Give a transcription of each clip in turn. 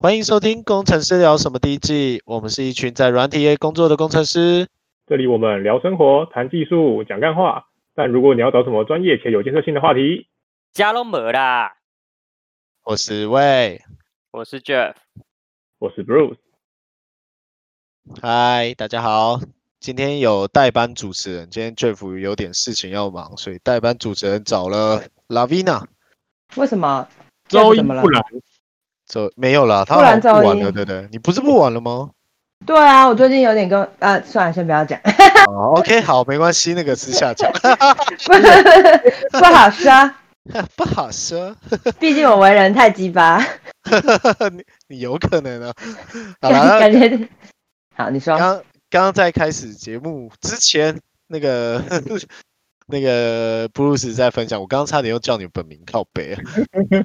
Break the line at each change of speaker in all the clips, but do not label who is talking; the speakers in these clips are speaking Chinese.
欢迎收听《工程师聊什么》第一季，我们是一群在软体业工作的工程师。
这里我们聊生活、谈技术、讲干话。但如果你要找什么专业且有建设性的话题，
家都没啦。
我是魏，
我是 Jeff，
我是 Bruce。
嗨，大家好，今天有代班主持人，今天 Jeff 有点事情要忙，所以代班主持人找了 Lavina。
为什么？
周一
怎么了
不来，
这没有啦，他
不
好像
然
不
噪
玩
音
了，对不对？你不是不玩了吗？
对啊，我最近有点跟呃，算了，先不要讲，
哦，OK，好，没关系，那个私下讲，
不好说，
不好说，
毕竟我为人太鸡巴，
你你有可能啊。好了，那
感觉。好，你说，
刚刚刚在开始节目之前，那个 那个 Bruce 在分享，我刚刚差点又叫你本名靠背了。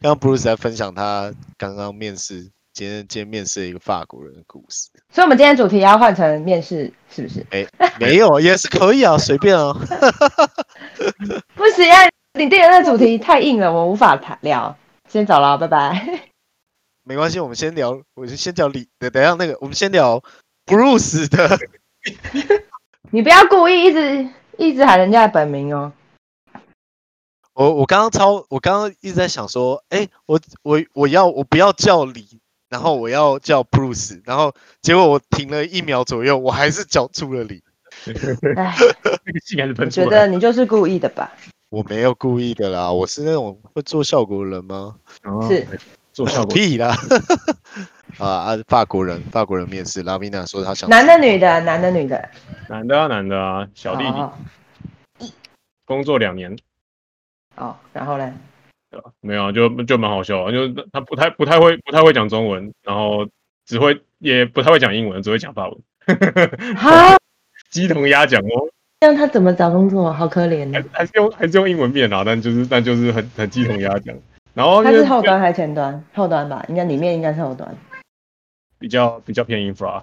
刚刚 Bruce 在分享他刚刚面试，今天今天面试一个法国人的故事。
所以我们今天主题要换成面试，是不是？
没有，也是可以啊，随便啊。
不行啊，你定的那个主题太硬了，我无法谈聊。先走了，拜拜。
没关系，我们先聊，我就先聊李，等等一下那个，我们先聊 Bruce 的。
你不要故意一直一直喊人家的本名哦。
我我刚刚超，我刚刚一直在想说，哎，我我我要我不要叫李，然后我要叫 Bruce，然后结果我停了一秒左右，我还是讲出了李，
哎，
那个戏还是
我
喷出
觉
来
得。你就是故意的吧？
我没有故意的啦，我是那种会做效果的人吗？
哦
是
做效果，
屁啦！ 啊啊，法国人，法国人面试，拉米娜说他想
男的、女的，男的、女的。
男的啊，男的啊，小弟弟
哦
工作两年，
哦，然后呢？
对吧没有啊就就蛮好笑啊，就他不太不太会不太会讲中文，然后只会也不太会讲英文，只会讲法文，
哈，
鸡同鸭讲哦，
让他怎么找工作？好可怜呢
还。还是用还是用英文面啊，但就是但就是很很鸡同鸭讲，然哦后因
它
为
是后端还是前端？后端吧，应该里面应该是后端。
比较比较偏 infra，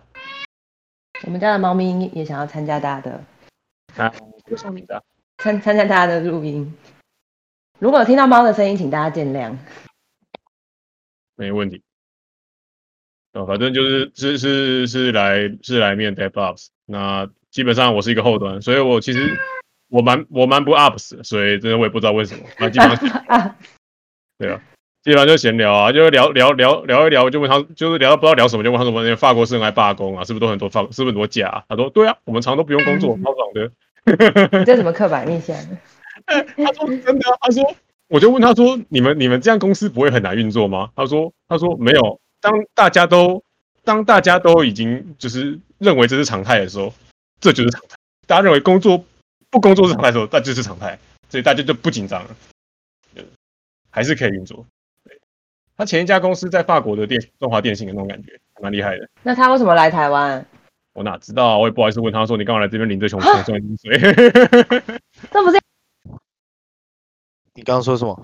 我们家的猫咪也想要参加大家的
不像你的啊，
参参加大家的录音。如果有听到猫的声音，请大家见谅。
没问题。哦，反正就是是是是来是来面 DevOps，那基本上我是一个后端，所以我其实我蛮我蛮不 Ops，的所以真的我也不知道为什么，那基本上
啊，
基本上就闲聊啊，就聊聊聊聊一聊，就问他，就是聊到不知道聊什么，就问他什么，法国是很爱罢工啊，是不是都很多法，是不是很多假、他说对啊，我们常都不用工作，超爽的。
你这什么刻板印象？
他说真的啊、他说 我就问他说，你们你们这样公司不会很难运作吗？他说他说没有，当大家都当大家都已经就是认为这是常态的时候，这就是常态。大家认为工作不工作是常态的时候，那就是常态，所以大家就不紧张了，对还是可以运作。对他前一家公司在法国的电中华电信的那种感觉，还蛮厉害的。
那他为什么来台湾？
我哪知道啊？我也不好意思问他说你干嘛来这边领这 穷穷酸薪水？
这不是
你刚刚说什么？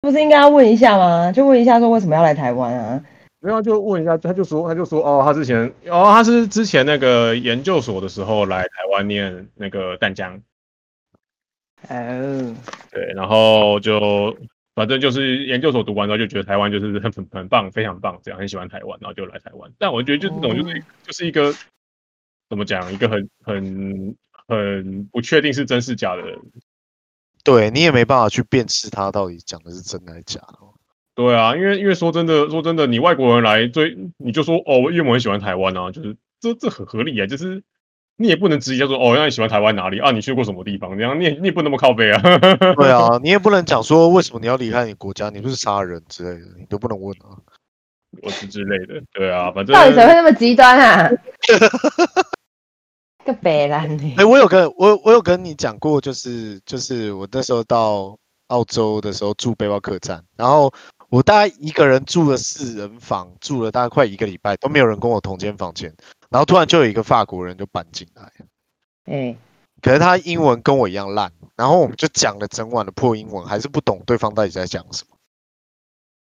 不是应该要问一下吗？就问一下说为什么要来台湾啊？
没有啊，就问一下，他就说，他就说，哦，他之前，哦，他是之前那个研究所的时候来台湾念那个淡江，
哦，
对，然后就反正就是研究所读完之后就觉得台湾就是很很很棒，非常棒，这样很喜欢台湾，然后就来台湾。但我觉得就这种
哦
就是、就是一个怎么讲，一个很很很不确定是真是假的，
对你也没办法去辨识他到底讲的是真的还是假哦的。
对啊，因为因为说真的，说真的，你外国人来最，你就说哦，因为我很喜欢台湾啊，就是这这很合理啊，就是你也不能直接说哦，那你喜欢台湾哪里啊？你去过什么地方？这样你也你也不能那么靠背啊。
对啊，你也不能讲说为什么你要离开你国家，你是不是杀人之类的，你都不能问啊。
我是之类的，对啊，反正
到底谁会那么极端啊？ 个北兰你
哎、我有跟我我有跟你讲过，就是就是我那时候到澳洲的时候住背包客栈，然后我大概一个人住了四人房，住了大概快一个礼拜，都没有人跟我同间房间，然后突然就有一个法国人就搬进来，
哎，
可是他英文跟我一样烂，然后我们就讲了整晚的破英文，还是不懂对方到底在讲什么，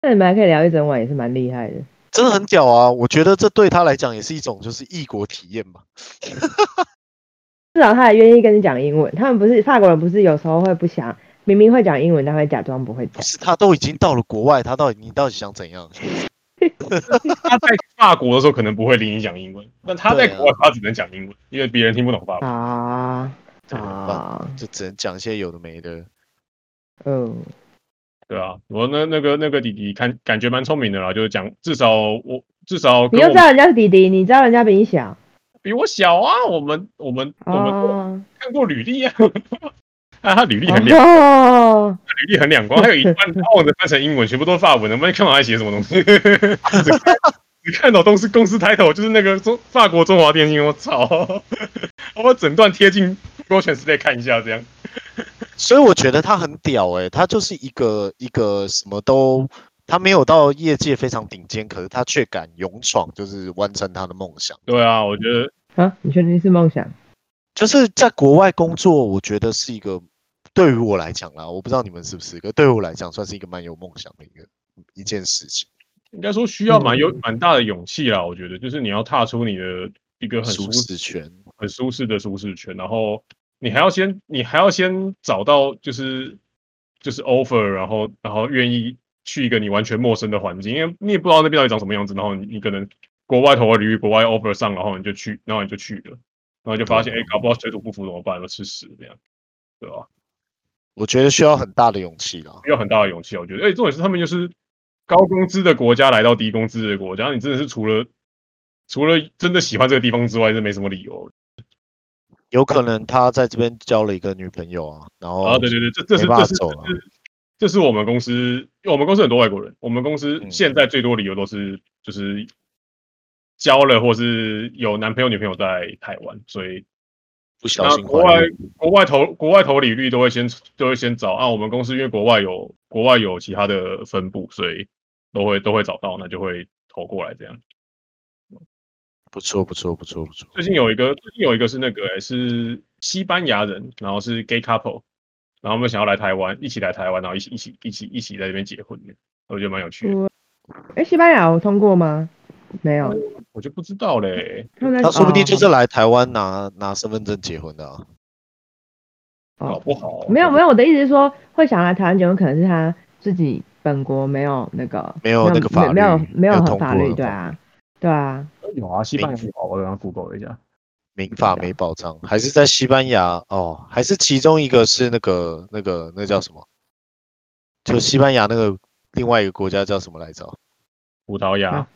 那你们还可以聊一整晚，也是蛮厉害的。
真的很屌啊！我觉得这对他来讲也是一种就是异国体验吧。
至少他还愿意跟你讲英文。他们不是法国人，不是有时候会不想
明明会讲英文，但会假装不会
不
讲。
是他都已经到了国外，他到底你到底想怎样？
他在法国的时候可能不会理你讲英文，但他在
对啊
国外他只能讲英文，因为别人听不懂法文。
啊
对吧
啊，
就只能讲一些有的没的。
嗯，
对啊，我那那个那个弟弟看感觉蛮聪明的啦，就是讲至少我至少
你
跟
又
我
知道人家是弟弟，你知道人家比你小
比我小啊，我们我们我们都
哦
看过履历啊， 啊他履历很亮，
哦，
履历很 亮光，还有一半他忘了翻成英文，全部都是法文的，我们看我还写什么东西， 只看只看到公司公司 title 就是那个中法国中华电信，我操， 我把整段贴进 Google Translate 看一下，这样
所以我觉得他很屌哎、他就是一个一个什么都，他没有到业界非常顶尖，可是他却敢勇闯，就是完成他的梦想。
对啊，我觉得
啊，你确定是梦想？
就是在国外工作，我觉得是一个对于我来讲啦，我不知道你们是不是，可对我来讲算是一个蛮有梦想的一个一件事情。
应该说需要蛮有
嗯
蛮大的勇气啦，我觉得就是你要踏出你的一个很舒
舒适圈，
很舒适的舒适圈，然后你还要先你还要先找到就是就是 offer，然后然后愿意去一个你完全陌生的环境，因为你也不知道那边到底长什么样子，然后你你可能国外投了履历，国外 offer 上，然后你就去，然后你就去了，然后就发现哎、
对
搞不好水土不服怎么办？我吃屎这样，对吧？
我觉得需要很大的勇气啦。
需要很大的勇气啊，我觉得。而且重点是他们就是高工资的国家来到低工资的国家，你真的是除了除了真的喜欢这个地方之外，是没什么理由。
有可能他在这边交了一个女朋友啊，然后
啊，对对对，这这是
没办
这
法
是
走
这
了
是这是我们公司，我们公司很多外国人，我们公司
嗯
现在最多理由都是就是交了或是有男朋友女朋友在台湾，所以
不小
那
心
国
怀
外
孕
国外投国外投履历都会先都会先找啊，我们公司因为国外有国外有其他的分部，所以都会都会找到，那就会投过来这样。
不错不错不错不错，
最近有一个，最近有一个是那个、欸、是西班牙人，然后是 gay couple，然后他们想要来台湾，一起来台湾，然后一起一起一起一起在这边结婚的，我觉得蛮有趣的。
哎，西班牙我通过吗？没有，
我就不知道嘞，
他们在
他说不定
啊
哦
就是来台湾拿拿身份证结婚的、啊。
哦
搞不好
没有没有，我的意思是说，会想来台湾结婚，可能是他自己本国没有那个
没有那个法律
没有没有
没有
合
通
法
过
律，
的
对啊，对啊，
有啊，西
班牙
有，我刚刚 Google 一下，
民法
啊
没保障，还是在西班牙哦，还是其中一个是那个那个那叫什么？就西班牙那个另外一个国家叫什么来着？
葡萄牙，
啊
啊，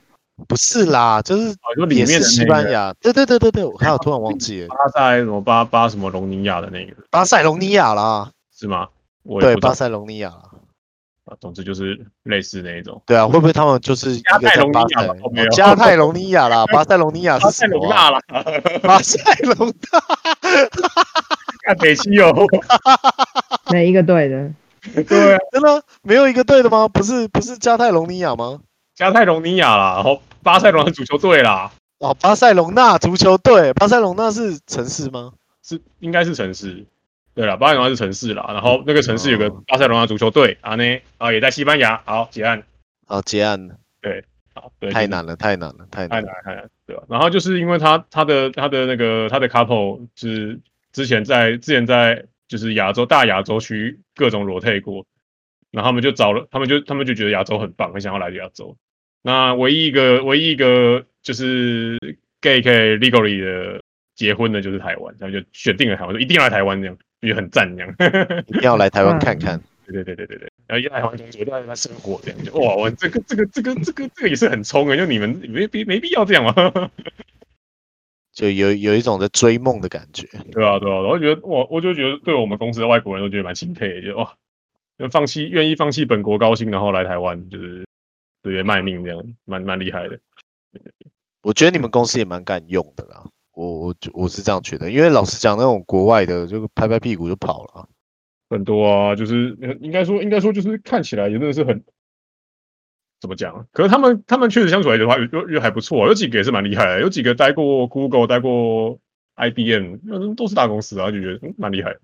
不是啦，就是
就里
也
面的
是西
那
班
个
牙。对对对对对，我看我突然忘记 了，
巴塞什么巴巴什么隆尼亚的那个
巴塞隆尼亚啦，
是吗？我也
对，
不知
巴
道
塞隆尼亚啦，
啊，总之就是类似那一种。
对啊，会不会他们就是一个
加泰
在
隆尼
巴
亚
塞
吧哦没有
加泰隆尼亚啦，巴塞隆尼亚
巴
是
塞
什
隆
么
纳
啊？
啦，
巴塞隆
看北西有，
每一个队的，
对啊，
真的没有一个对的吗？不是不是加泰隆尼亚吗？
加泰隆尼亚啦，然后巴塞隆的足球队啦，
哦，巴塞隆纳足球队，巴塞隆纳是城市吗？
是应该是城市。对了，巴塞罗那是城市啦，然后那个城市有个
哦
巴塞罗那足球队啊呢，啊也在西班牙，好结案，
好，哦结案了，
好对，
太
就是
难了，太难了，太
太
难了。
难太难，对啊吧？然后就是因为他他的他的那个他的 couple 是之前在之前在就是亚洲大亚洲区各种裸退过，然后他们就找了，他们就他们就觉得亚洲很棒，很想要来亚洲。那唯一一个唯一一个就是 gay 可以 legally 的结婚的就是台湾，他们就选定了台湾，说一定要来台湾这样，就很赞这样。
一定要来台湾
嗯
看看。
对对对对对对，然后一来环工作，一来生活，这样就哇，我这个这个这个这个这个也是很冲的，欸就你们没必没必要这样嘛，对
就有有一种在追梦的感觉。
啊对啊，我就觉得我我就觉得对我们公司的外国人都觉得蛮钦佩的，就哇，就放弃愿意放弃本国高薪，然后来台湾就是直接卖命这样，蛮蛮厉害的。
我觉得你们公司也蛮敢用的啦，我我我是这样觉得，因为老实讲，那种国外的就拍拍屁股就跑了啊，
很多啊，就是呃应该说，应该说就是看起来也真的是很怎么讲啊？可是他们他们确实相处来的话，又又还不错啊、有几个也是蛮厉害的，有几个待过 Google，待过 IBM，那都是大公司啊，就觉得嗯蛮厉害的。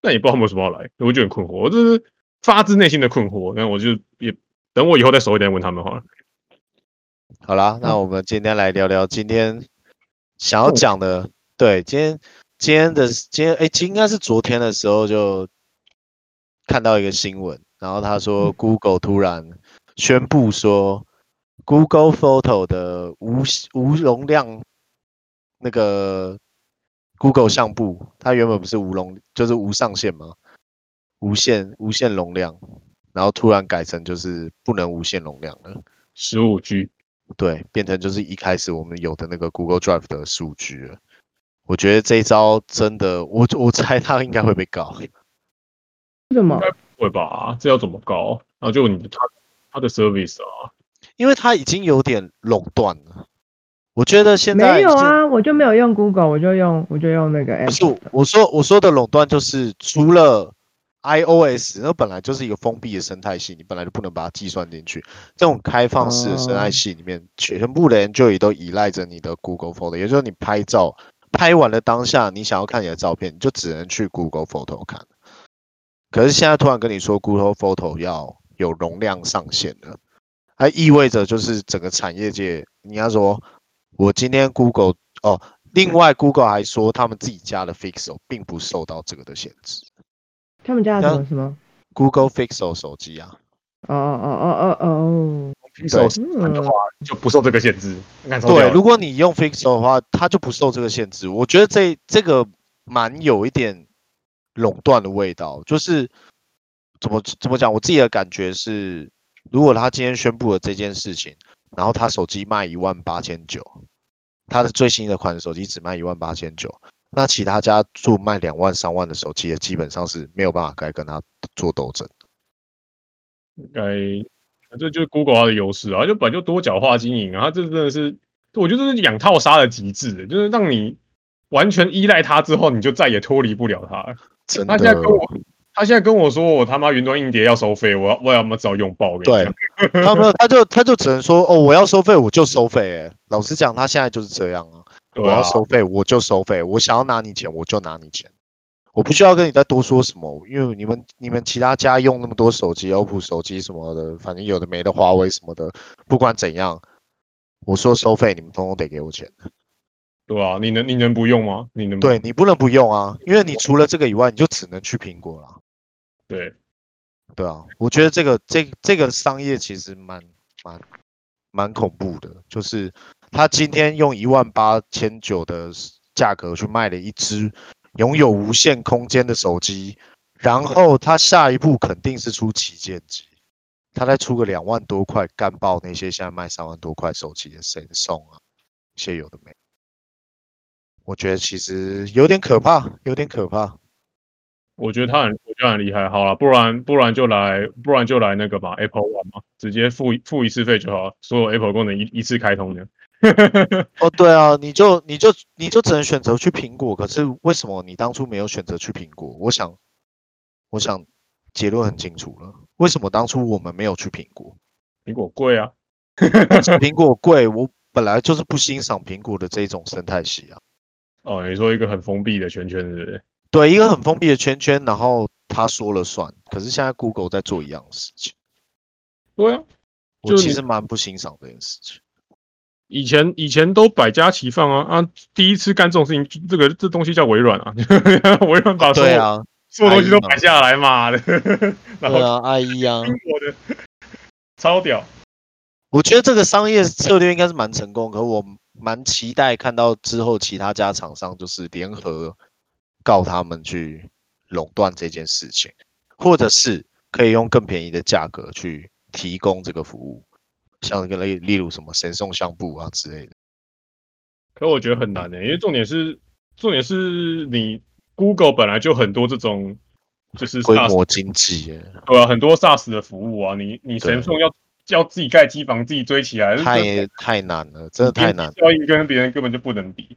但也不知道他们为什么要来，我就很困惑，我这是发自内心的困惑。那我就也等我以后再熟一点问他们好了。
好啦，那我们今天来聊聊今天想要讲的，对，今天今天的今天，哎，今应该是昨天的时候就看到一个新闻，然后他说 Google 突然宣布说，Google Photo 的无无容量那个 Google 相簿，它原本不是无容，就是无上限吗？无限无限容量，然后突然改成就是不能无限容量了，
十五 G，
对，变成就是一开始我们有的那个 Google Drive 的数据了。我觉得这一招真的，我我猜他应该会被告。
为什么？
会吧？这要怎么搞？然后就你的他他的 service 啊，
因为它已经有点垄断了。我觉得现在
没有
已经，
啊，我就没有用 Google，我就用我就用那个
不是
App。
我说我说的垄断就是除了 iOS，那本来就是一个封闭的生态系，你本来就不能把它计算进去。这种开放式的生态系里面，全部的人就也都依赖着你的 Google Photo，也就是你拍照拍完了当下，你想要看你的照片，你就只能去 Google Photo 看。可是现在突然跟你说 Google Photo 要有容量上限了，它意味着就是整个产业界，你要说，我今天 Google 哦，另外 Google 还说他们自己家的 Pixel 并不受到这个的限制
他们家的什
那
么什么？
，Google Pixel 手机啊，
哦哦哦哦哦
平手残的话就不受这个限制。看超屌
对，
的
如果你用 Pixel 的话，它就不受这个限制。我觉得这这个蛮有一点垄断的味道，就是怎么怎么讲，我自己的感觉是，如果他今天宣布了这件事情，然后他手机卖一万八千九，他的最新的款手机只卖一万八千九，那其他家做卖两万三万的手机的，基本上是没有办法该跟他做斗争。
应该哎这就是 Google 它的优势啊，它就本来就多角化经营啊，它这真的是，我觉得这是养套杀的极致，欸就是让你完全依赖它之后，你就再也脱离不了它了。
真
他现在
的
跟，我，他现在跟我说我他妈云端硬碟要收费，我要我要么早拥抱。
对， 他们他就他就只能说哦，我要收费我就收费、欸。老实讲，他现在就是这样啊。
对
我
啊
要，收费我就收费，我想要拿你钱我就拿你钱，我不需要跟你再多说什么，因为你们你们其他家用那么多手机，OPPO 手机什么的，反正有的没的，华为什么的，不管怎样，我说收费你们通通得给我
嗯
钱，
对啊，你能你能不用吗？你能
对你不能不用啊，因为你除了这个以外，你就只能去苹果了，
对，
对啊，我觉得这个这这个商业其实蛮蛮蛮恐怖的，就是他今天用一万八千九的价格去卖了一只拥有无限空间的手机，然后他下一步肯定是出旗舰机，他再出个两万多块干爆那些现在卖三万多块手机的神送啊，一些有的没的。我觉得其实有点可怕，有点可怕。
我觉得他很我觉得很厉害。好了，不然不然就来不然就来那个吧，Apple One 嘛，直接付一付一次费就好了，所有 Apple 功能一一次开通的。
哦，对啊，你就你就你就只能选择去苹果，可是为什么你当初没有选择去苹果？我想，我想结论很清楚了，为什么当初我们没有去苹果？
苹果贵啊，
苹果贵，我本来就是不欣赏苹果的这种生态系啊。
哦，你说一个很封闭的圈圈，对不对？
对，一个很封闭的圈圈，然后他说了算。可是现在 Google 在做一样的事情，
对啊，
我
就
其
你
实蛮不欣赏这件事情。
以前以前都百家齐放啊啊！第一次干这种事情，这个这东西叫微软啊， 微软把所
对
有、
啊，
所有东西都
哎呀
买下来，妈的， 然
对
后
啊，IE 啊。
苹果的超屌，
我觉得这个商业策略应该是蛮成功，可我蛮期待看到之后其他家厂商就是联合告他们去垄断这件事情，或者是可以用更便宜的价格去提供这个服务，像个例例如什么神送相簿啊之类的。
可我觉得很难欸的、因为重点是重点是你 Google 本来就很多这种就是
规
SaaS
模经济耶，
对啊，很多 SaaS 的服务啊，你你
对
Samsung 要要自己盖机房，自己追起来，
太太难了，真的太难了。
效应跟别人根本就不能比。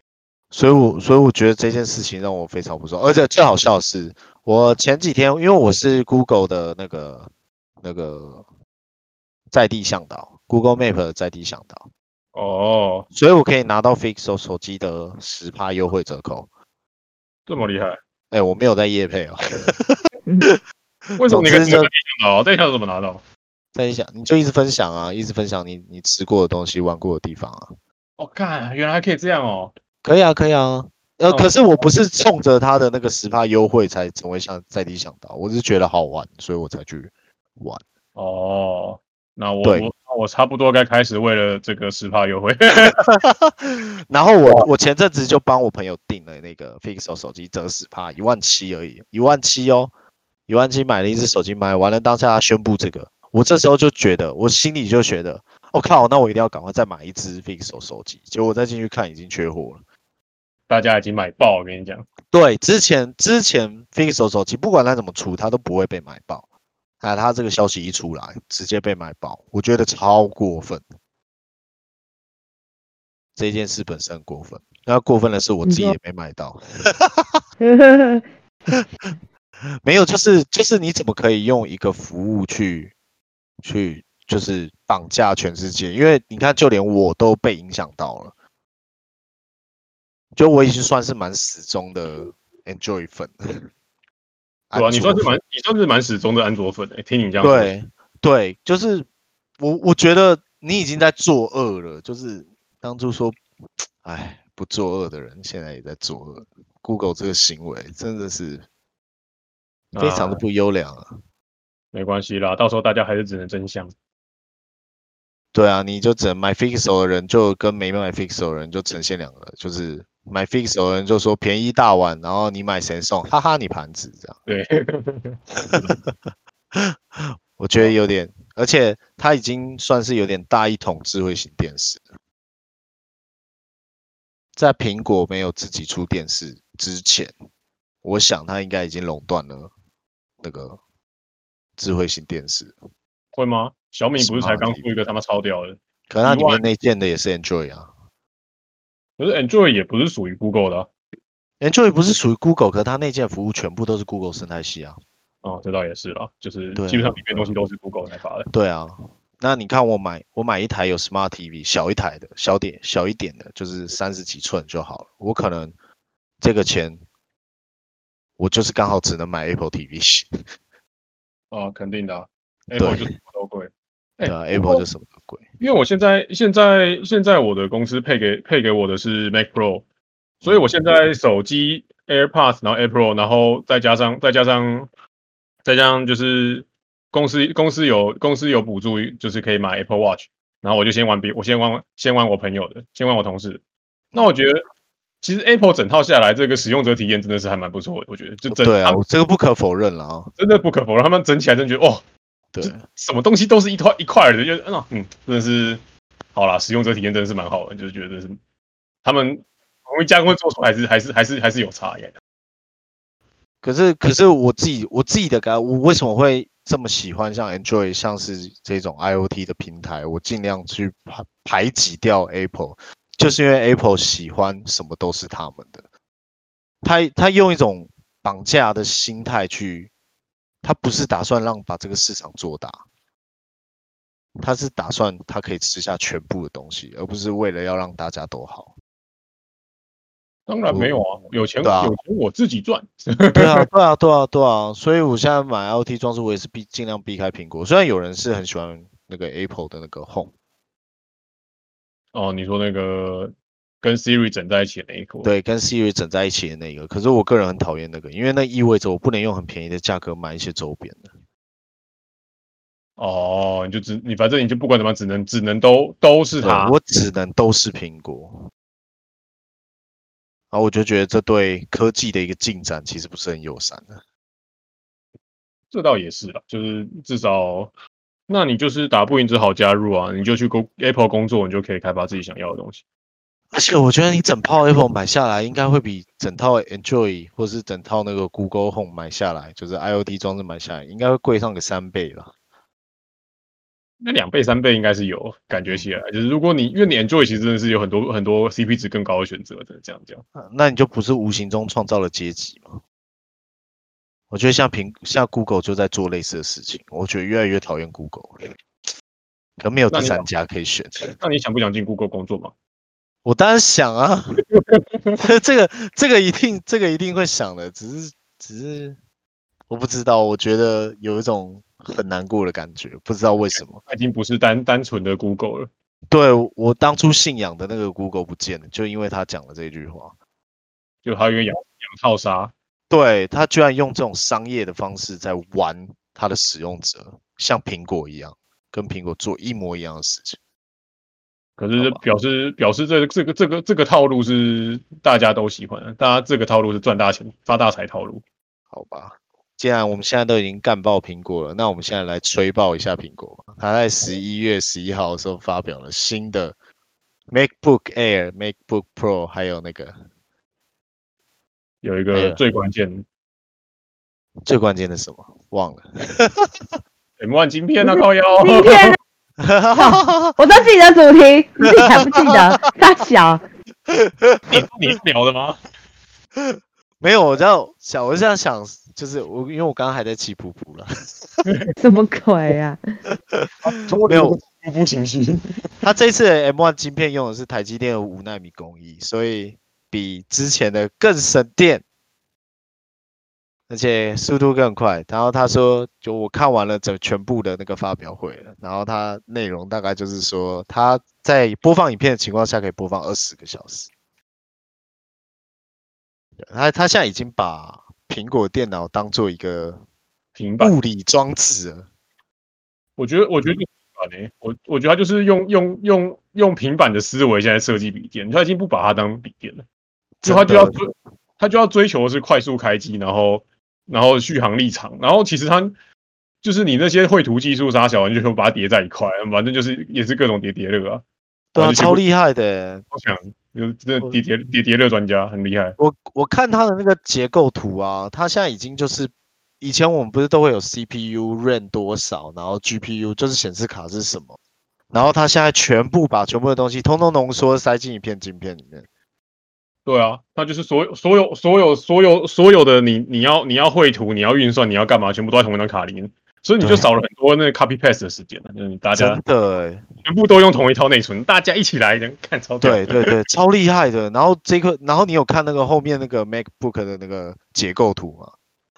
所以我所以我觉得这件事情让我非常不爽，而且最好笑的是，我前几天因为我是 Google 的那个那个在地向导，Google Map 的在地向导，
哦，
所以我可以拿到 Fixo 手机的十趴优惠折扣。
这么厉害，
哎，我没有在夜配哦，
为什么你可以
总之就
在想到？在想怎么拿到？
分享你就一直分享啊，一直分享你你吃过的东西、玩过的地方啊，
哦，看，原来还可以这样哦。
可以啊，可以啊，呃，
哦
可是我不是冲着他的那个十趴优惠才成为像在地向导，我是觉得好玩，所以我才去玩。
哦，那我
对
我那我差不多该开始为了这个十趴优惠。
然后我我前阵子就帮我朋友订了那个 Pixel 手机折十趴，一万七而已，一万七哦，一万七买了一只手机，买完了当下他宣布这个，我这时候就觉得，我心里就觉得，我、靠，那我一定要赶快再买一只 Pixel 手机。结果我再进去看，已经缺货了。
大家已经买爆，我跟你讲，
对，之前之前 Pixel 手机不管它怎么出，它都不会被买爆。啊，它这个消息一出来，直接被买爆，我觉得超过分。这件事本身很过分，那过分的是我自己
你说
也没买到。
嗯，
没有，就是就是你怎么可以用一个服务去去就是绑架全世界？因为你看，就连我都被影响到了，就我已经算是蛮死忠的 Enjoy 粉了。
对吧、
安
你
卓
算是
粉
蛮，你算是蛮始终的安卓粉、欸。听你这样说，
对对，就是我我觉得你已经在作恶了，就是当初说，哎，不作恶的人现在也在作恶。Google 这个行为真的是
那
非常的不优良啊。
没关系啦，到时候大家还是只能真相。
对啊，你就只能买 Fixo 的人就跟没买 Fixo 的人就呈现两个，就是买 Fixo 的人就说便宜大碗，然后你买神送，哈哈，你盘子这样，
对，
我觉得有点，而且他已经算是有点大一统智慧型电视了，在苹果没有自己出电视之前，我想他应该已经垄断了那个智慧型电视，
会吗？小米不是才刚出一个他妈超屌的，
可能它
意
里
外
面内建的也是 Enjoy 啊
可是 Enjoy 也不是属于 Google 的啊
，Enjoy 不是属于 Google，可是它内建服务全部都是 Google 生态系啊。
哦，这倒也是啦，就是
对啊
基本上里面东西都是 Google 开发的。
对啊，那你看我买我买一台有 Smart TV 小一台的小点小一点的，就是三十几寸就好了。我可能这个钱，我就是刚好只能买 Apple TV，
哦，肯定的啊、Apple 就是什么都贵。哎
对啊，Apple 就什么都贵。
因为我现在现在现在我的公司配给配给我的是 Mac Pro，所以我现在手机 AirPods，然后 Air Pro，然后再加上再加上再加上就是公司公司有公司有补助，就是可以买 Apple Watch，然后我就先玩别我先玩先玩我朋友的，先玩我同事的。那我觉得其实 Apple 整套下来，这个使用者体验真的是还蛮不错的，我觉得就真
对啊，
他们
我这个不可否认了啊。
真的不可否认，他们整起来真的觉得哦，
对，
什么东西都是一块一块的，就是嗯嗯，真的是好啦，使用者体验真的是蛮好的，就是觉得是他们同一家公司做出来还是还是还是还是有差异的。
可是可是我自己我自己的感，我为什么会这么喜欢像 Enjoy 像是这种 IOT 的平台？我尽量去排排挤掉 Apple，就是因为 Apple 喜欢什么都是他们的，他他用一种绑架的心态去，他不是打算让把这个市场做大，他是打算他可以吃下全部的东西，而不是为了要让大家都好。
当然没有啊，有钱、
对啊
有钱我自己赚。
对啊，对啊，对啊，对啊，所以我现在买 LT 装置，我也是避尽量避开苹果。虽然有人是很喜欢那个 Apple 的那个 Home，
哦，你说那个跟 Siri 整在一起的那一个，，
对，跟 Siri 整在一起的那个，可是我个人很讨厌那个，因为那意味着我不能用很便宜的价格买一些周边的。
哦，你就只你反正你就不管怎么样，只能只能都都是啊
对
他。
我只能都是苹果。然后我就觉得这对科技的一个进展其实不是很友善的。
这倒也是啦，就是至少，那你就是打不赢只好加入啊，你就去工 Apple 工作，你就可以开发自己想要的东西。
而且我觉得你整套 Apple 买下来，应该会比整套 Enjoy 或是整套那个 Google Home 买下来，就是 IoT 装置买下来，应该会贵上个三倍吧。
那两倍三倍应该是有感觉起来，就是如果你因为你 enjoy 其实真的是有很多很多 CP 值更高的选择的，这样讲。
呃那你就不是无形中创造了阶级吗？我觉得像苹像 Google 就在做类似的事情，我觉得越来越讨厌 Google，了可没有
那
第
你
三
想
家可以选。
那你想不想进 Google 工作嘛？
我当然想 啊，这个这个一定这个一定会想的，只是只是我不知道，我觉得有一种很难过的感觉，不知道为什么。
它已经不是单单纯的 Google 了。
对我当初信仰的那个 Google 不见了，就因为他讲了这句话。
就还有一个养养套杀，
对他居然用这种商业的方式在玩他的使用者，像苹果一样，跟苹果做一模一样的事情。
可是
好吧
表示表示这这个这个这个套路是大家都喜欢的，大家这个套路是赚大钱发大财套路。
好吧，既然我们现在都已经干爆苹果了，那我们现在来吹爆一下苹果吧。它在十一月十一号的时候发表了新的 MacBook Air、MacBook Pro，还有那个
有一
哎
个
呀
最关键
最关键的是什么忘了。
M1 晶 片啊，靠腰，
今天啊 我说自己的主题，你自己还不记得？大小，
你你是聊的吗？
没有，我这样想，我这样想，就是我，因为我刚刚还在气噗噗了。
什么鬼啊？
没有，
不不情绪，
它这次的 M1 晶片用的是台积电的五纳米工艺，所以比之前的更省电，而且速度更快。然后他说，就我看完了整全部的那个发表会了，然后它内容大概就是说，它在播放影片的情况下可以播放二十个小时。对它它现在已经把苹果电脑当做一个
平板。
物理装置了。
我觉得，我
嗯
觉得平板欸我我觉得他就是用用用用平板的思维现在设计笔电，他已经不把它当笔电了，就他就要
真的
追，他就要追求的是快速开机，然后然后续航力长，然后其实他就是你那些绘图技术啥小玩具，就把它叠在一块，反正就是也是各种叠叠乐啊，
对啊，
而且
超厉害的。
我想就是真的叠叠叠叠乐专家很厉害，
我我看它的那个结构图啊，它现在已经就是，以前我们不是都会有 CPU、RAM 多少，然后 GPU 就是显示卡是什么，然后它现在全部把全部的东西通通浓缩塞进一片晶片里面。
对啊，那就是所有所有所有所有所有的你你要你要绘图，你要运算，你要干嘛，全部都在同一张卡里面。所以你就
对
少了很多那个 copy paste 的时间了，就是你大家
真的欸，
全部都用同一套内存，大家一起来看 超屌
对，对对，超厉害的。然后这个，然后你有看那个后面那个 MacBook 的那个结构图吗？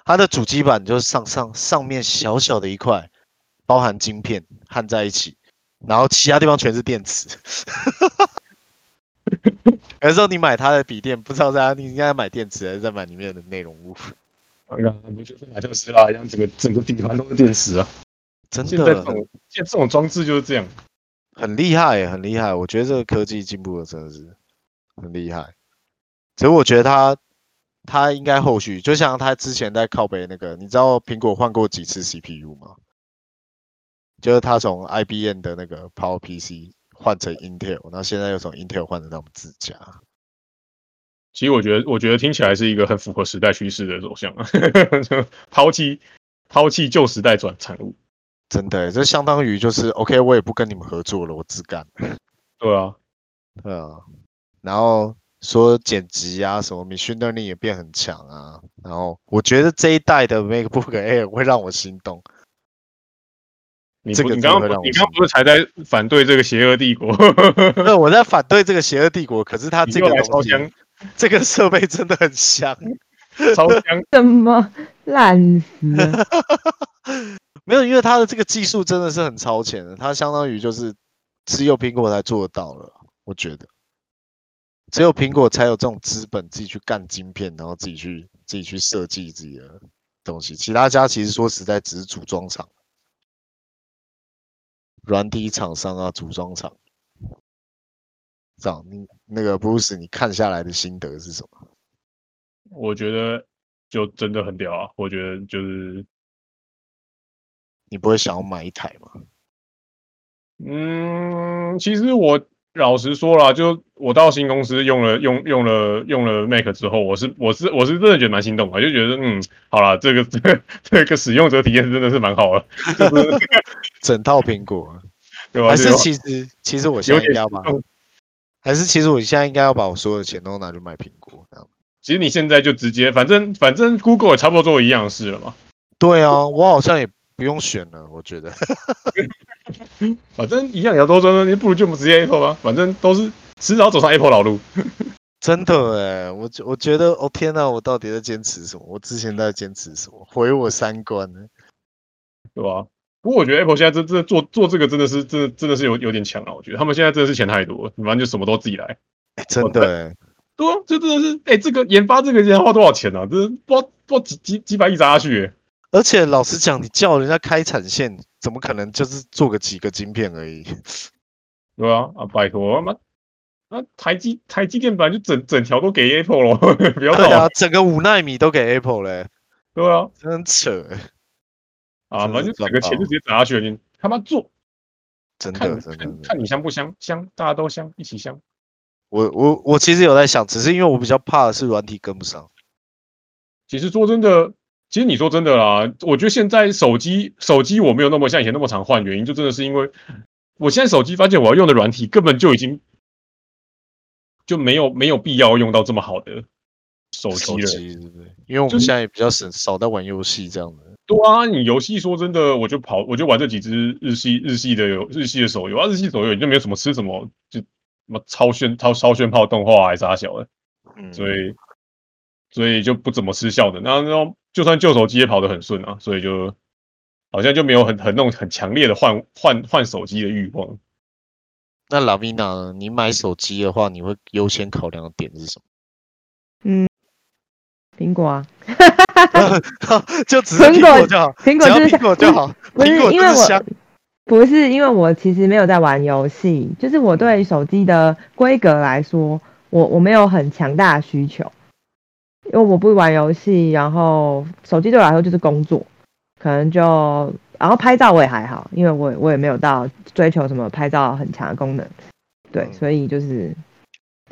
它的主机板就是上上上面小小的一块，包含晶片焊在一起，然后其他地方全是电池。 有时候你买它的笔电，不知道在你应该买电池还是在买里面的内容物，
那不就是买特斯拉一样，整个整个底盘都是电池啊。
真
现在
的
这种现在这种装置就是这样，
很厉害耶，很厉害。我觉得这个科技进步的真的是很厉害。所以我觉得他他应该后续，就像他之前在靠北那个，你知道苹果换过几次 CPU 吗？就是他从 IBM 的那个 Power PC 换成 Intel，然后现在又从 Intel 换成他们自家。
其实我觉得我觉得听起来是一个很符合时代趋势的走向啊， 就抛弃抛弃旧时代转产物，
真的欸耶，这相当于就是 OK，我也不跟你们合作了，我自干。
对啊，
对啊，然后说剪辑啊，什么 machine learning 也变很强啊。然后我觉得这一代的 MacBook Air 会让我心动。
你
这
不
个
你
真的
刚
会让
刚
我
你刚刚不是才在反对这个邪恶帝国？
那我在反对这个邪恶帝国，可是它
你
这
又
个
来
东
超
西，
香
这个设备真的很香。
超香，
什么烂死了？
没有，因为它的这个技术真的是很超前的，它相当于就是只有苹果才做得到了，我觉得。只有苹果才有这种资本自己去干晶片，然后自己去自己去设计自己的东西。其他家其实说实在只是组装厂，软体厂商啊，组装厂。这样，你那个 Bruce，你看下来的心得是什么？
我觉得就真的很屌啊！我觉得就是
你不会想要买一台吗？
嗯，其实我老实说啦，就我到新公司用了用用了用了 Mac 之后，我是我是我是真的觉得蛮心动的，就觉得嗯，好啦，这个这个这个使用者体验真的是蛮好的，就是
整套苹果啊，
对吧？
还是
就
其实其实我现
哦有
在应
点
该要
心
把
动
还是其实我现在应该要把我所有的钱都拿去买苹果，这样。
其实你现在就直接，反正反正 Google 也差不多做一样的事了嘛，
对啊，我好像也不用选了，我觉得。
反正一样也要多争，你不如就直接 Apple 吧，反正都是迟早走上 Apple 老路。
真的哎，我觉我觉得，哦天呐，我到底在坚持什么？我之前在坚持什么？毁我三观欸呢？
对吧？不过我觉得 Apple 现在这这做做这个真的是啊真的真的是有有点强了，我觉得他们现在真的是钱太多了，反正就什么都自己来。
哎真的哎，
对啊，这真的是，哎、这个研发这个要花多少钱啊？这不知道不知道几几几百亿砸下去、欸，
而且老实讲，你叫人家开产线，怎么可能就是做个几个晶片而已？
对啊，啊，拜托，妈，那台积台积电本来就整整条都给 Apple 了， 不要 闹
对，啊，整个五纳米都给 Apple 嘞、
对啊，
真的很扯、欸，
啊，
真的
反正
是
就整个
赚
钱就直接砸下去了，你他妈做，
真
看
的
你
真的。
看看你香不香，香大家都香，一起香，
我我我其实有在想，只是因为我比较怕的是软体跟不上。
其实说真的，其实你说真的啦，我觉得现在手机手机我没有那么像以前那么常换，原因就真的是因为我现在手机发现我要用的软体根本就已经就没有没有必要用到这么好的手机
手
了。
机对不对？因为我们
就是
现在也比较少少在玩游戏这样的。
对啊，你游戏说真的，我就跑我就玩这几只日系日系的游日系的手游啊，日系手游你就没有什么吃什么就什么超炫超超炫炮动画还是啥小的。
嗯，
所以所以就不怎么失效的。那那就算旧手机也跑得很顺啊，所以就好像就没有很很那种很强烈的换换换手机的欲
嗯
望。
那拉米娜呢，你买手机的话，你会优先考量的点是什么？
嗯苹果啊，
就只是
苹
苹
果
果就好，
苹
只
果
要
就是
苹果就 好，
不 是
苹果
因
就
为
是
我
香。
不是因为我其实没有在玩游戏，就是我对手机的规格来说，我我没有很强大的需求，因为我不玩游戏，然后手机对我来说就是工作，可能就然后拍照我也还好，因为我我也没有到追求什么拍照很强的功能，对，
嗯
所以就是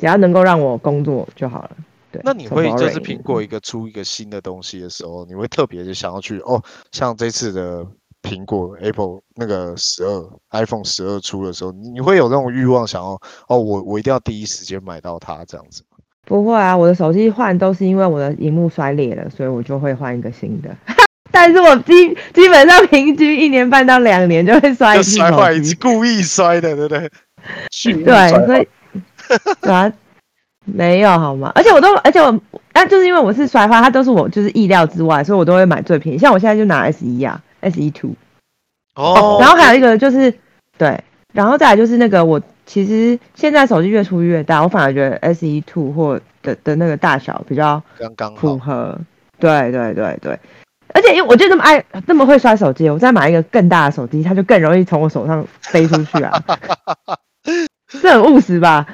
只要能够让我工作就好了。对，
那你
手
会
薄
就
软
是
硬
苹果一个出一个新的东西的时候，你会特别的想要去哦，像这次的苹果 Apple 那个十二 iPhone 十二出的时候，你你会有那种欲望想要哦，我我一定要第一时间买到它这样子吗。
不会啊，我的手机换都是因为我的荧幕摔裂了，所以我就会换一个新的。 但是我基基本上平均一年半到两年就会摔一
就
次
摔坏
手
一
机
次，故意摔的，对不 对？
去
对，所以对啊，没有好吗？而且我都，而且我，那、就是因为我是摔坏，它都是我就是意料之外，所以我都会买最便宜。像我现在就拿 S 一啊，S 一 Two，
哦
然后还有一个就是对，然后再来就是那个我其实现在手机越出越大，我反而觉得 S 一 Two 或的的那个大小比较
刚刚
符
好，
合。对对对对，而且因为我就那么爱那么会摔手机，我再买一个更大的手机，它就更容易从我手上飞出去啊。这很务实吧？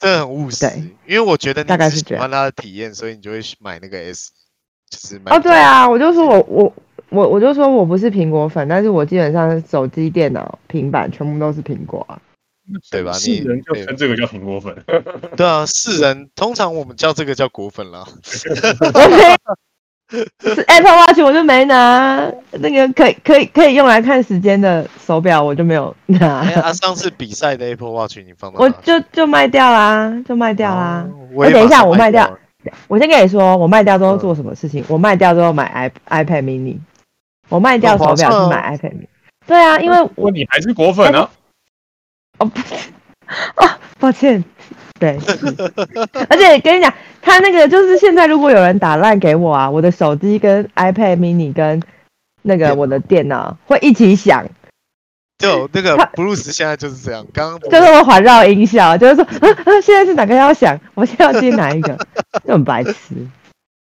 这很务实
对。
因为我觉得你
大概
是
是
喜
这样
欢它的体验，所以你就会去买那个 S，就是买
哦，
比较
对啊，我就说我我我我就说我不是苹果粉，但是我基本上手机、电脑、平板全部都是苹果啊。
对吧
是
你
人就
对
称这个叫苹果粉，
对啊，世人通常我们叫这个叫果粉 啦。
我没是 Apple Watch 我就没拿，那个可以可以可以用来看时间的手表我就没有拿
哎，，啊，上次比赛的 Apple Watch 你放到
我
哪
就就卖掉啦，就卖掉啦。哎
哦我也
等一
把
下
它
我卖掉
了
我先跟你说，我卖掉之后
嗯
做什么事情？我卖掉之后买 i iPad mini，我卖掉手表
哦
是买 iPad mini。对啊， 因为
我你还是果粉啊？
哦不哦，抱歉，对，而且跟你讲，他那个就是现在如果有人打烂给我啊，我的手机跟 iPad mini 跟那
电
个
脑
我的电脑会一起响，
就那个
他
Bruce 现在就是这样，刚刚
就是会环绕音效，就是说、
嗯
啊啊、现在是哪个要响，我现在要接哪一 个，就很白痴。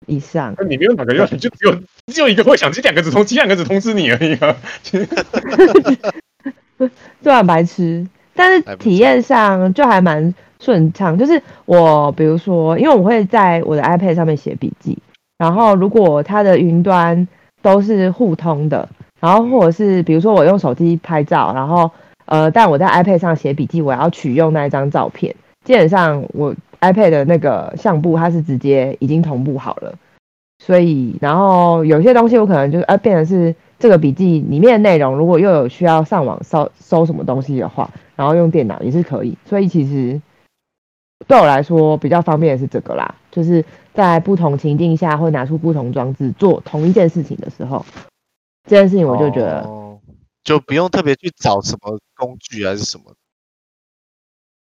以上。
那你没有哪个用，你就只有只有一个会想，这两个只通，这两个只通知你而已啊。
对啊，白痴，但是
还不错
体验上就还蛮顺畅。就是我比如说，因为我会在我的 iPad 上面写笔记，然后如果它的云端都是互通的，然后或者是比如说我用手机拍照，然后呃，但我在 iPad 上写笔记，我要取用那一张照片，基本上我 iPad 的那个相簿它是直接已经同步好了。所以，然后有些东西我可能就是呃，变成是这个笔记里面的内容，如果又有需要上网搜搜什么东西的话，然后用电脑也是可以。所以其实对我来说比较方便的是这个啦，就是在不同情境下会拿出不同装置做同一件事情的时候，这件事情我就觉得、
哦就不用特别去找什么工具还是什么。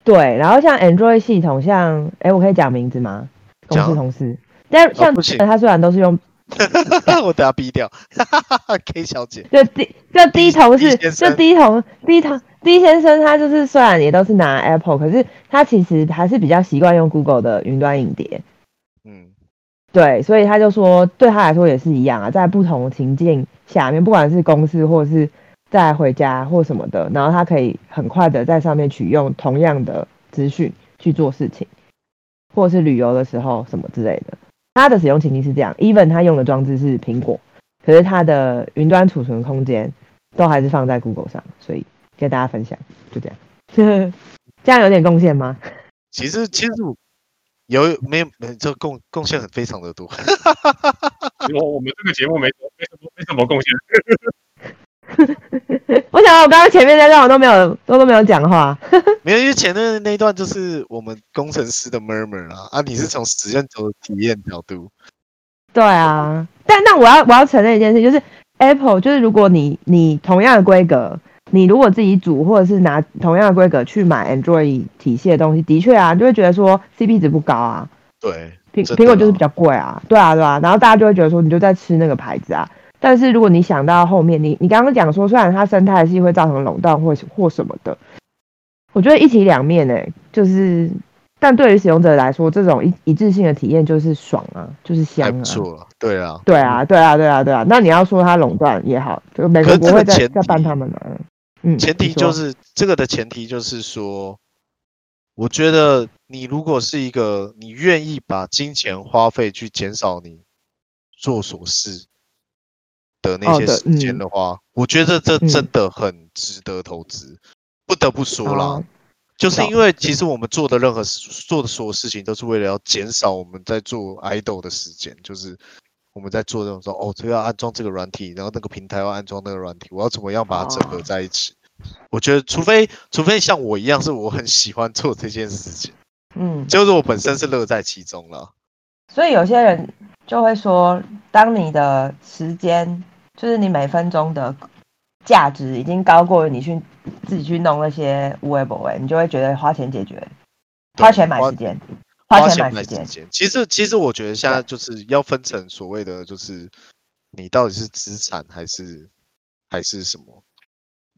对。然后像 Android 系统，像哎，我可以讲名字吗？公
讲啊哦
司同事，但像
不行
它虽然都是用，
我等下逼掉，K 小姐。
就低就低头
低
是
先
就
生
低头低头 D 先生他就是虽然也都是拿 Apple，可是他其实还是比较习惯用 Google 的云端硬碟。
嗯，
对，所以他就说，对他来说也是一样啊，在不同的情境下面，不管是公司或者是在回家或什么的，然后他可以很快的在上面取用同样的资讯去做事情，或者是旅游的时候什么之类的。他的使用情境是这样，even 他用的装置是苹果，可是他的云端储存空间都还是放在 Google 上，所以跟大家分享，就这样， 这样有点贡献吗？
其实其实我有没有没这贡贡献很非常的多，
我我们这个节目没什么没什么没什么贡献，
我想到我刚刚前面在干嘛都没有都都没有讲话。
没有因为前面那一段就是我们工程师的 murmur 啊，啊你是从实验者的体验角度，
对啊，但那我要我要承认一件事，就是 Apple 就是如果你你同样的规格，你如果自己组或者是拿同样的规格去买 Android 体系的东西，的确啊，你就会觉得说 CP 值不高啊，
对，
苹
真的哦
苹果就是比较贵啊，对啊对啊，然后大家就会觉得说你就在吃那个牌子啊。但是如果你想到后面，你你刚刚讲说，虽然它生态系会造成垄断或或什么的，我觉得一体两面诶、就是，但对于使用者来说，这种一一致性的体验就是爽啊，就是香
还
啊
不，错了，对啊，
对啊，对啊，对啊，对啊。那你要说他垄断也好，就美
可是
国
这
国
个
会在
前提
在帮他们呢。嗯，
前
你
提
说
就是这个的前提就是说，我觉得你如果是一个你愿意把金钱花费去减少你做琐事的那
哦
些
的
时间
嗯
的话，我觉得这
嗯
真的很值得投资。不得不说啦，
哦
就是
懂
因为其实我们做的任何事做的所有事情，都是为了要减少我们在做 idol 的时间，就是我们在做这种说哦，这个要安装这个软体，然后那个平台要安装那个软体，我要怎么样把它整合
哦
在一起？我觉得，除非除非像我一样，是我很喜欢做这件事情，
嗯，
就是我本身是乐在其中了。
所以有些人就会说，当你的时间就是你每分钟的价值已经高过于你去自己去弄那些无为不为，你就会觉得花钱解决，
对
花钱买
花
时间，
花
钱买
买
时间。
间。其实，其实我觉得现在就是要分成所谓的，就是你到底是资产还是还是什么？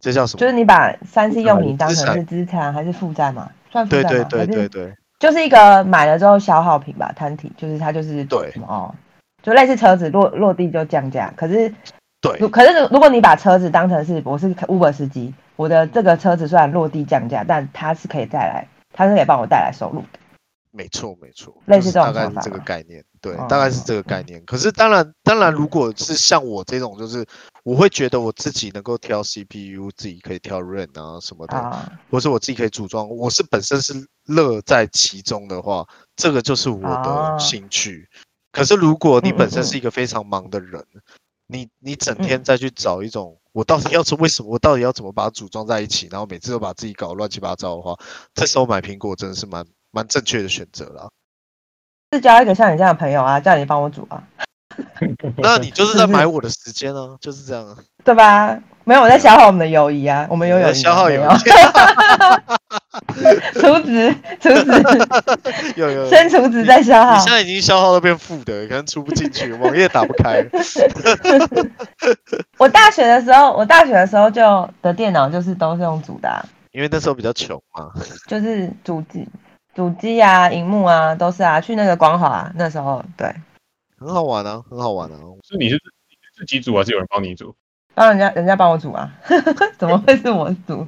这叫什么？
就是你把三 C 用品当
资
成
产
是资产还是负债嘛？算负
对
债
对
嘛？
对
还是
对对
就是一个买了之后消耗品吧，摊体就是它就是
对
什么哦，就类似车子落落地就降价。可是如
对，
可是如果你把车子当成是我是 Uber 司机，我的这个车子虽然落地降价，但它是可以带来，它是可以帮我带来收入的。
没错没错，
类
就是
似这
大
种
概
想
是
法
这个
吧
概念，对，
哦
大概是这个概念。可是当然，当然，如果是像我这种，就是我会觉得我自己能够挑 CPU，自己可以挑 RAM 啊什么的，
啊，
或是我自己可以组装，我是本身是乐在其中的话，这个就是我的
啊
兴趣。可是如果你
嗯嗯
本身
嗯
是一个非常忙的人，你你整
嗯
天再去找一种我到底要怎为什么我到底要怎么把它组装在一起，然后每次都把自己搞得乱七八糟的话，这时候买苹果真的是蛮蛮正确的选择 啦。
是交一个像你这样的朋友啊，叫你帮我煮啊，
那你就是在
是不是
买我的时间啊，就是这样啊，
对吧？没有，我在消耗我们的友谊啊，我们有友谊啊，
消耗
没
友
有， 厨子，厨 子，
有有有。
先厨子再消
你
耗
现。在已经消耗到变负的，可能出不进去，网页打不开了。
我大学的时候，我大学的时候就的电脑就是都是用煮的啊、
因为那时候比较穷嘛。
就是主机、主机啊、荧幕啊，都是啊，去那个光华、那时候，对，
很好玩啊，很好玩啊！
是你是自你是自己煮还是有人帮你煮？
帮人家人家帮我煮啊， 怎么会是我煮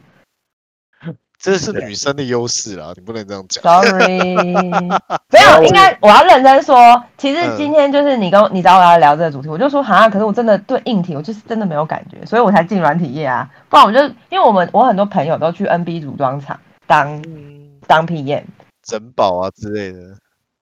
这是
对
女生的优势啦，你不能这样讲。
啊？Sorry，没有，应该我要认真说，其
嗯
实今天就是你跟我你找我来聊这个主题，我就说哈，可是我真的对硬体我就是真的没有感觉，所以我才进软体业啊，不然我就因为我们我很多朋友都去 NB 组装厂当
嗯，
当 PM。
整宝啊之类的，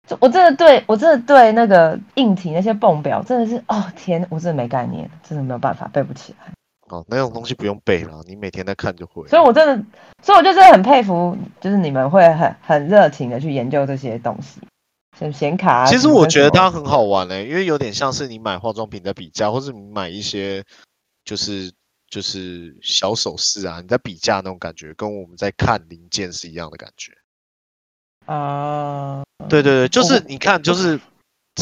就我真的对我真的对那个硬体那些泵表真的是哦天，我真的没概念，真的没有办法背不起来。
哦，那种东西不用背啦，你每天在看就会了。
所以我真的，所以我就真的很佩服，就是你们会很很热情的去研究这些东西，像显卡、啊。
其
什
实
么
我觉得
什么
它很好玩嘞、因为有点像是你买化妆品在比价，或是你买一些就是就是小首饰啊，你在比价那种感觉，跟我们在看零件是一样的感觉。
啊，
对对对，就
我
是你看，就是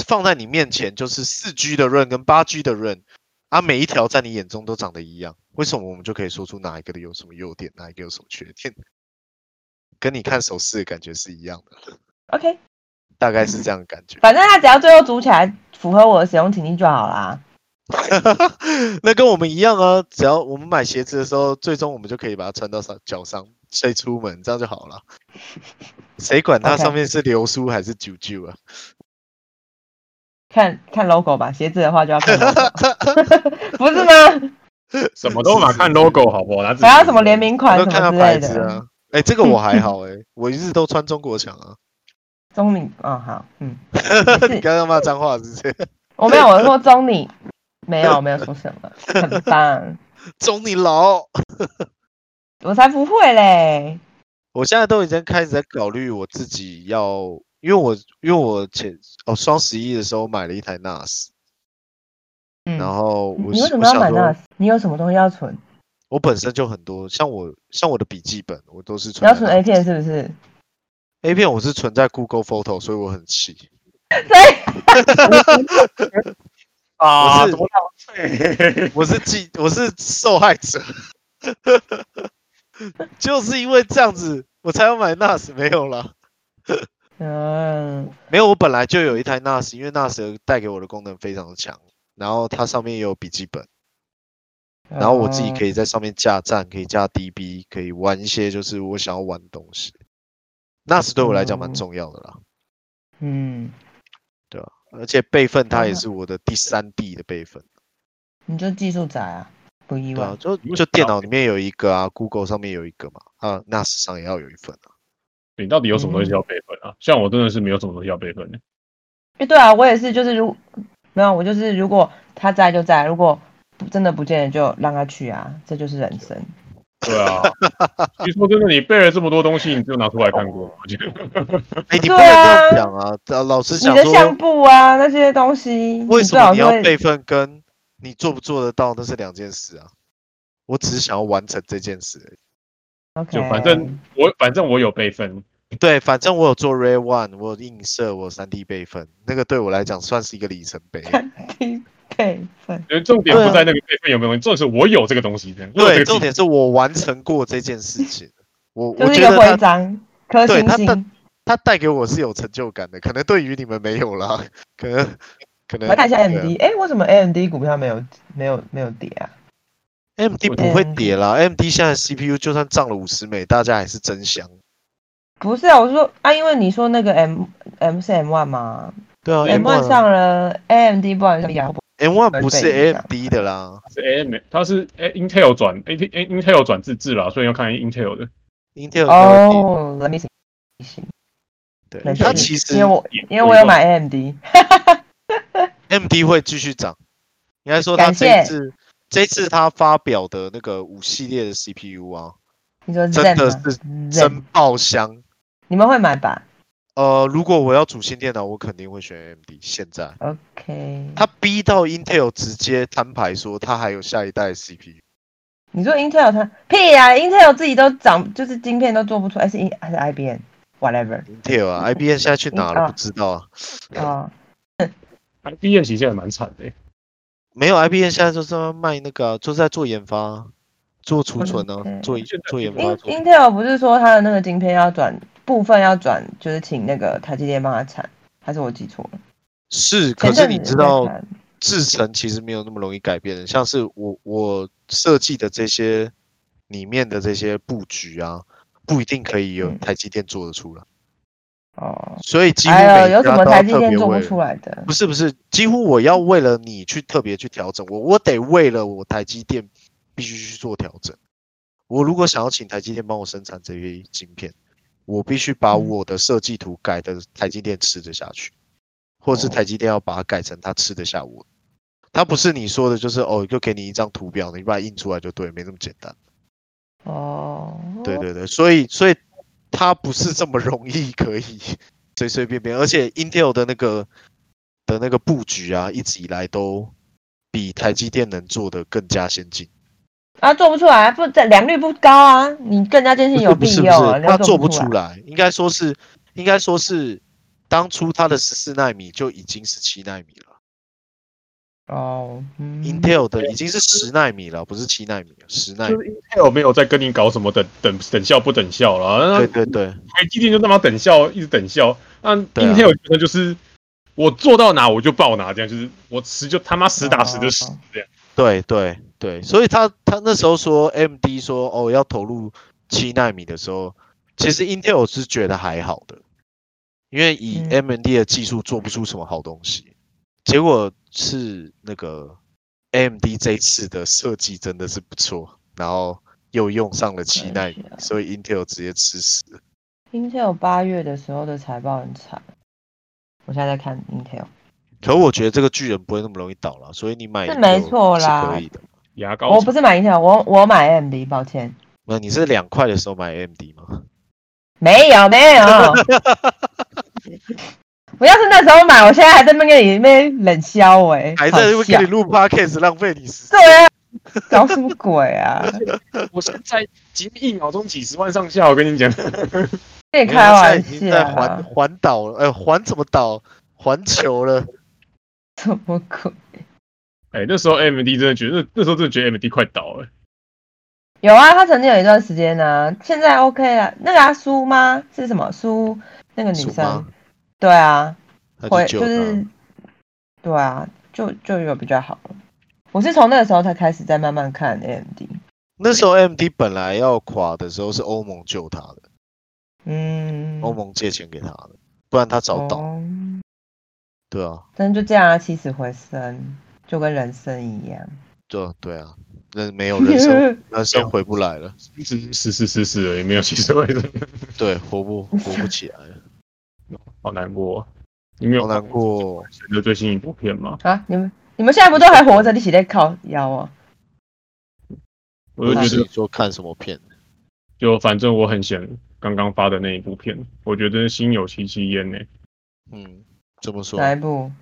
放在你面前就是四 G 的润跟八 G 的润，啊，每一条在你眼中都长得一样，为什么我们就可以说出哪一个有什么优点，哪一个有什么缺点？跟你看手势的感觉是一样的，
OK，
大概是这样的感 觉。
反正它只要最后组起来符合我的使用情境就好啦。
那跟我们一样啊，只要我们买鞋子的时候，最终我们就可以把它穿到上脚上，再出门，这样就好了。谁管它
OK
上面是流苏还是九九啊？
看看 logo 吧，鞋子的话就要 看 logo，不是吗？
什么 都嘛
是
看 logo 好不好？拿自己
还有什么联？名款
我
什
都看
么
到
之
牌
类
子
的。
啊。哎、这个我还好哎、我一直都穿中国强啊。
中你，嗯，好， 嗯，
你刚刚骂脏话是不是？
我没有，我是说中你，没有，没有说什么，很棒，
中你老！
我才不会嘞。
我现在都已经开始在考虑我自己要，因为我因为我前哦双十一的时候买了一台 NAS，、
嗯，
然后
你
我
你为
是
什
我
么要
想
买
说
NAS？你有什么东西要存？
我本身就很多，像我像我的笔记本，我都是
你
存
要
在
存
NAS
A 片是不是？
A 片我是存在 Google Photo，所以我很气。
对，
啊，
我是
多浪费！
我是记，我是受害者， 就是因为这样子，我才要买 NAS，没有啦，
嗯，
没有，我本来就有一台 NAS，因为 NAS 带给我的功能非常的强，然后它上面也有笔记本，
啊
然后我自己可
以，
以在上面架站，可以架 DB，可以玩一些就是我想要玩的东西。NAS 对我来讲蛮
嗯
重要的啦，
嗯，
而且备份它也
嗯
是我的第三 D 的备份，
你就技术宅啊，不意
对啊
外，。
就
你为
就
什么
电
要
脑里面有一个啊，Google 上面有一个嘛，啊 NAS 上也要有一份啊。
你到底有什么东西要备份啊？像我真的是没有什么东西要备份的。
哎，对啊，我也是，就是如没有我就是如果他在就在，如果不真的不见了就让他去啊，这就是人生。
对啊，其实说真的，你背了这么多东西，你就拿出来看过 吗？我觉得
哎、你
对
不能这
啊
样讲啊！呃老师
你
想
的相
说，
簿啊那些东西，
为
你
什
最好
么你
是
要
会
备份跟你做不做得到那是两件事啊？我只是想要完成这件事而已。
OK，
就反正我反正我有备份，
对，反正我有做 Ray One，我有映射，我有三 D 备份，那个对我来讲算是一个里程碑。
低 备份，
因为重点
对啊
不在那个备份有没有东西，重点是我有这个东西。这样我有这
对，
个
重
技
点是我完成过这件事情。 我我
就是一
觉
个
得
徽
它
章，颗
对
星
他
星。
它带给我是有成就感的，可能对于你们没有啦，可能可能
我看一下
对啊
MD，哎，为什么 AMD 股票没有没有没有跌啊？
AMD
我
不会
嗯
跌啦，AMD 现在 CPU 就算涨了五十美，大家还是真香。
不是啊，我是说啊，因为你说那个 M M 是 M one 嘛
对啊
，M
，M1
one
啊
上了，AMD 不然上雅虎，
M one 不
被
是
影响
AMD 的啦
是 AM，它是 A- Intel 转 A T A Intel 转自制啦，所以要看 Intel 的。
，Intel 的
哦，Let me see，行，
对，
没
它
事
其
因
实
为我因为我有买 AMD，
MD 会继续涨。应该说它
感
这一
谢
次，这一次它发表的那个五系列的 CPU 啊，
你说
真
Zen
的
吗嗯
是真
？Zen，
爆香。
你们会买吧
呃，如果我要主新电脑，我肯定会选 AMD。现在
？OK，
它逼到 Intel 直接摊牌说它还有下一代的 CPU，
你说 Intel 它屁啊，Intel 自己都长就是晶片都做不出来，是 In 还是 IBM，whatever
Intel 啊，IBM 现在去哪了？
啊
不知道啊。
啊，
B 宴席现在蛮惨的欸、
没有 IBM 现在就是在卖那个啊，就是在做研发啊，做储存呢、啊，
嗯
做
现在
做研
不
发
知道
做
做什么
英 Intel 不是说它的那个晶片要转部分要转，就是请那个台积电帮它产，还是我记错了？
是，可
前
是
阵
你知
子在
道
看
制成其实没有那么容易改变的，像是我我设计的这些里面的这些布局啊，不一定可以有
嗯
台积电做得出来，
哦，
所以几乎每
哎
家
呦，有
都
什
要
么台积
特
电
别
做不
为
出
了。
来的？
不是不是，几乎我要为了你去特别去调整，我我得为了我台积电必须去做调整。我如果想要请台积电帮我生产这些晶片，我必须把
嗯
我的设计图改的台积电吃得下去，或者是
哦
台积电要把它改成它吃得下我。它不是你说的，就是哦，就给你一张图表，你把它印出来就对，没那么简单。
哦，
对，对对，所以所以它不是这么容易可以 随随便便，而且 Intel 的那个的那个布局啊，一直以来都比台积电能做的更加先进。
啊，做不出来，不，这良率不高啊，你更加坚信有
不
必
是不
要啊，
是，
你
它
又
做
不
出
来。
来，应该说是应该说是当初它的十四纳米就已经是七纳米了。
哦，嗯
Intel 的已经是十纳米了，不是七纳米了，十纳米
就。是 Intel 没有在跟你搞什么等等等效不等效了，
对
那
对对，
台积电就他妈等效，一直等效。那
对啊
Intel 真的就是我做到哪我就爆哪，这样就是我实就他妈实打实的实
啊
哦
这样。
对对对，所以他他那时候说 M D 说哦要投入七纳米的时候，其实 Intel 是觉得还好的，因为以
嗯
M D 的技术做不出什么好东西。结果是那个 M D 这一次的设计真的是不错，然后又用上了七
可
纳米
惜，啊
所以 Intel 直接吃屎了。
Intel 八月的时候的财报很惨，我现在在看 Intel，
可我觉得这个巨人不会那么容易倒了，所以你买
是
Intel
没错
是
啦
可以的。
牙膏
我不是买 Intel，我我买 AMD，抱歉，
那你是两块的时候买 M D 吗？
没有没 有，我要是那时候买，我现在还在那边跟你那边冷笑哎、欸，
还在那
好
边
笑
给你录 podcast，浪费你时间。
对啊，搞什么鬼啊？
我现在几一秒钟几十万上下，我跟你讲，
跟你
你
开玩
已
笑
经在环
啊，
环岛了，呃，环怎么岛？环球了，
什么鬼？
哎、那时候 AMD 真的觉得，那时候真的觉得 AMD 快倒了。
有啊，他曾经有一段时间呢、啊，现在 OK 了。那个啊，苏吗？是什么苏？那个女
苏妈
生，对啊，
他
会
去救
就
他。
是，对啊，就就有比较好了。我是从那个时候才开始在慢慢看 AMD，
那时候 M D 本来要垮的时候是欧盟救他的，
嗯，
欧盟借钱给他的，不然他早倒。
哦，
对啊，
但就这样啊，起死回生，就跟人生一样。
对啊，对啊，那没 有人生，人生回不来了，
是是是是是，也没有其实会的，
对，活不活不起来了，
好难过哦。你没有
好难过。哦
选择最新一部片吗？
啊，你们你们现在不都还活着？你起在靠腰哦。
我就
那
觉得
你，说看什么片？
就反正我很闲，刚刚发的那一部片，我觉得心有戚戚焉呢、
嗯，怎么说？
哪一部？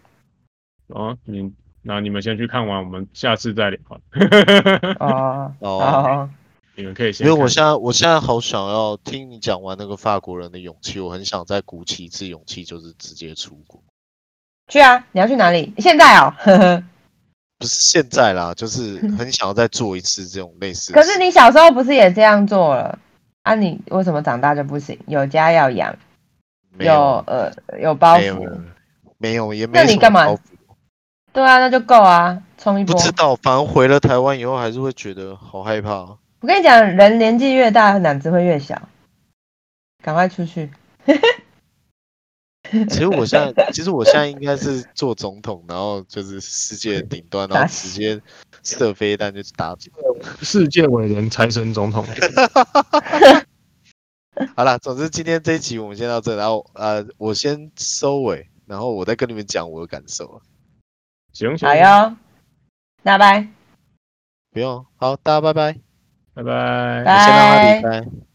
啊，你那你们先去看完，我们下次再聊。
哦
哦，
哦，
你们可以先
因为
看。
我现在我现在好想要听你讲完那个法国人的勇气，我很想再鼓起一次勇气，就是直接出国。
去啊！你要去哪里？现在哦。呵呵
不是现在啦，就是很想要再做一次这种类似的
嗯可
事。
是你小时候不是也这样做了？啊，你为什么长大就不行？有家要养，
没
有
有
呃有包
没有
袱，
没有也没
那
有
你干嘛对啊，那就够啊，冲一波
不。知道，反而回了台湾以后，还是会觉得好害怕哦。
我跟你讲，人年纪越大，胆子会越小。赶快出去！
其实我现 在，其实我现在应该是做总统，然后就是世界顶端，然
打
后
死
直接射飞弹就打住。
世界伟人财神 总统，
好啦，总之今天这一集我们先到这，然后呃，我先收尾，然后我再跟你们讲我的感受。
行行，
好哟，那拜
不用，好，大家拜拜，
拜拜。
我先让他
拜
离。开。